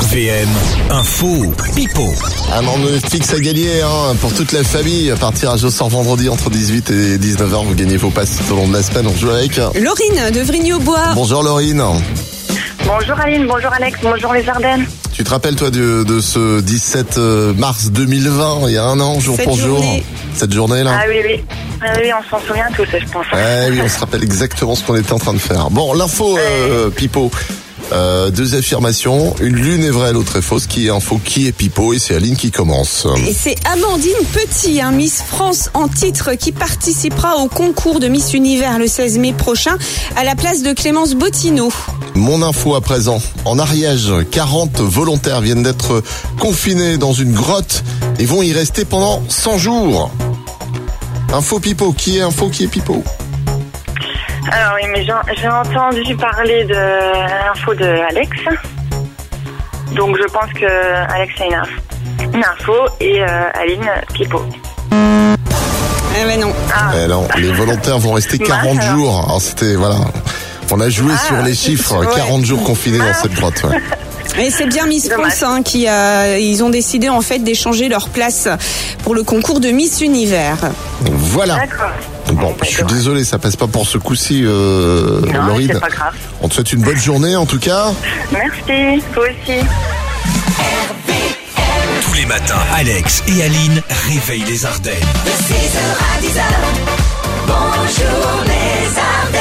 RVM, info, pipo. Un nombre Ah fixe à gagner hein, pour toute la famille. À partir à je sors vendredi entre 18 et 19h, vous gagnez vos passes tout au long de la semaine. On joue avec. hein. Laurine de Vrigneux-Bois. Bonjour Laurine. Bonjour Aline, bonjour Alex, bonjour les Ardennes. Tu te rappelles toi de, de ce 17 mars 2020, il y a un an, jour Cette pour jour, journée. cette journée là. Ah oui, oui. Ah oui, on s'en souvient tous, je pense. Ouais, oui, on se rappelle exactement ce qu'on était en train de faire. Bon, l'info, euh, Pipo. Euh, deux affirmations, une l'une est vraie, l'autre est fausse. Qui est info, qui est Pipo Et c'est Aline qui commence. Et c'est Amandine Petit, hein, Miss France en titre, qui participera au concours de Miss Univers le 16 mai prochain à la place de Clémence Bottineau. Mon info à présent. En Ariège, 40 volontaires viennent d'être confinés dans une grotte et vont y rester pendant 100 jours. Info Pipo, qui est info, qui est Pipo Alors Ah oui, mais j'en- j'ai entendu parler de l'info de Alex. Donc je pense que Alex a une, inf- une info et euh, Aline Pipo. Eh ben non. Ah. Eh non, les volontaires vont rester 40 Mince. jours. Alors c'était, voilà. On a joué Ah, sur les chiffres, ouais. 40 jours confinés dans cette grotte. ouais. Et c'est bien Miss Dommage. France hein, qui a, ils ont décidé en fait d'échanger leur place pour le concours de Miss Univers. Voilà. D'accord. Bon, je suis D'accord. désolé, ça passe pas pour ce coup-ci, euh, Non, Laurine. c'est pas grave. On te souhaite une bonne journée en tout cas. Merci, toi aussi. Tous les matins, Alex et Aline réveillent les Ardennes. De 6h à 10h, bonjour les Ardennes.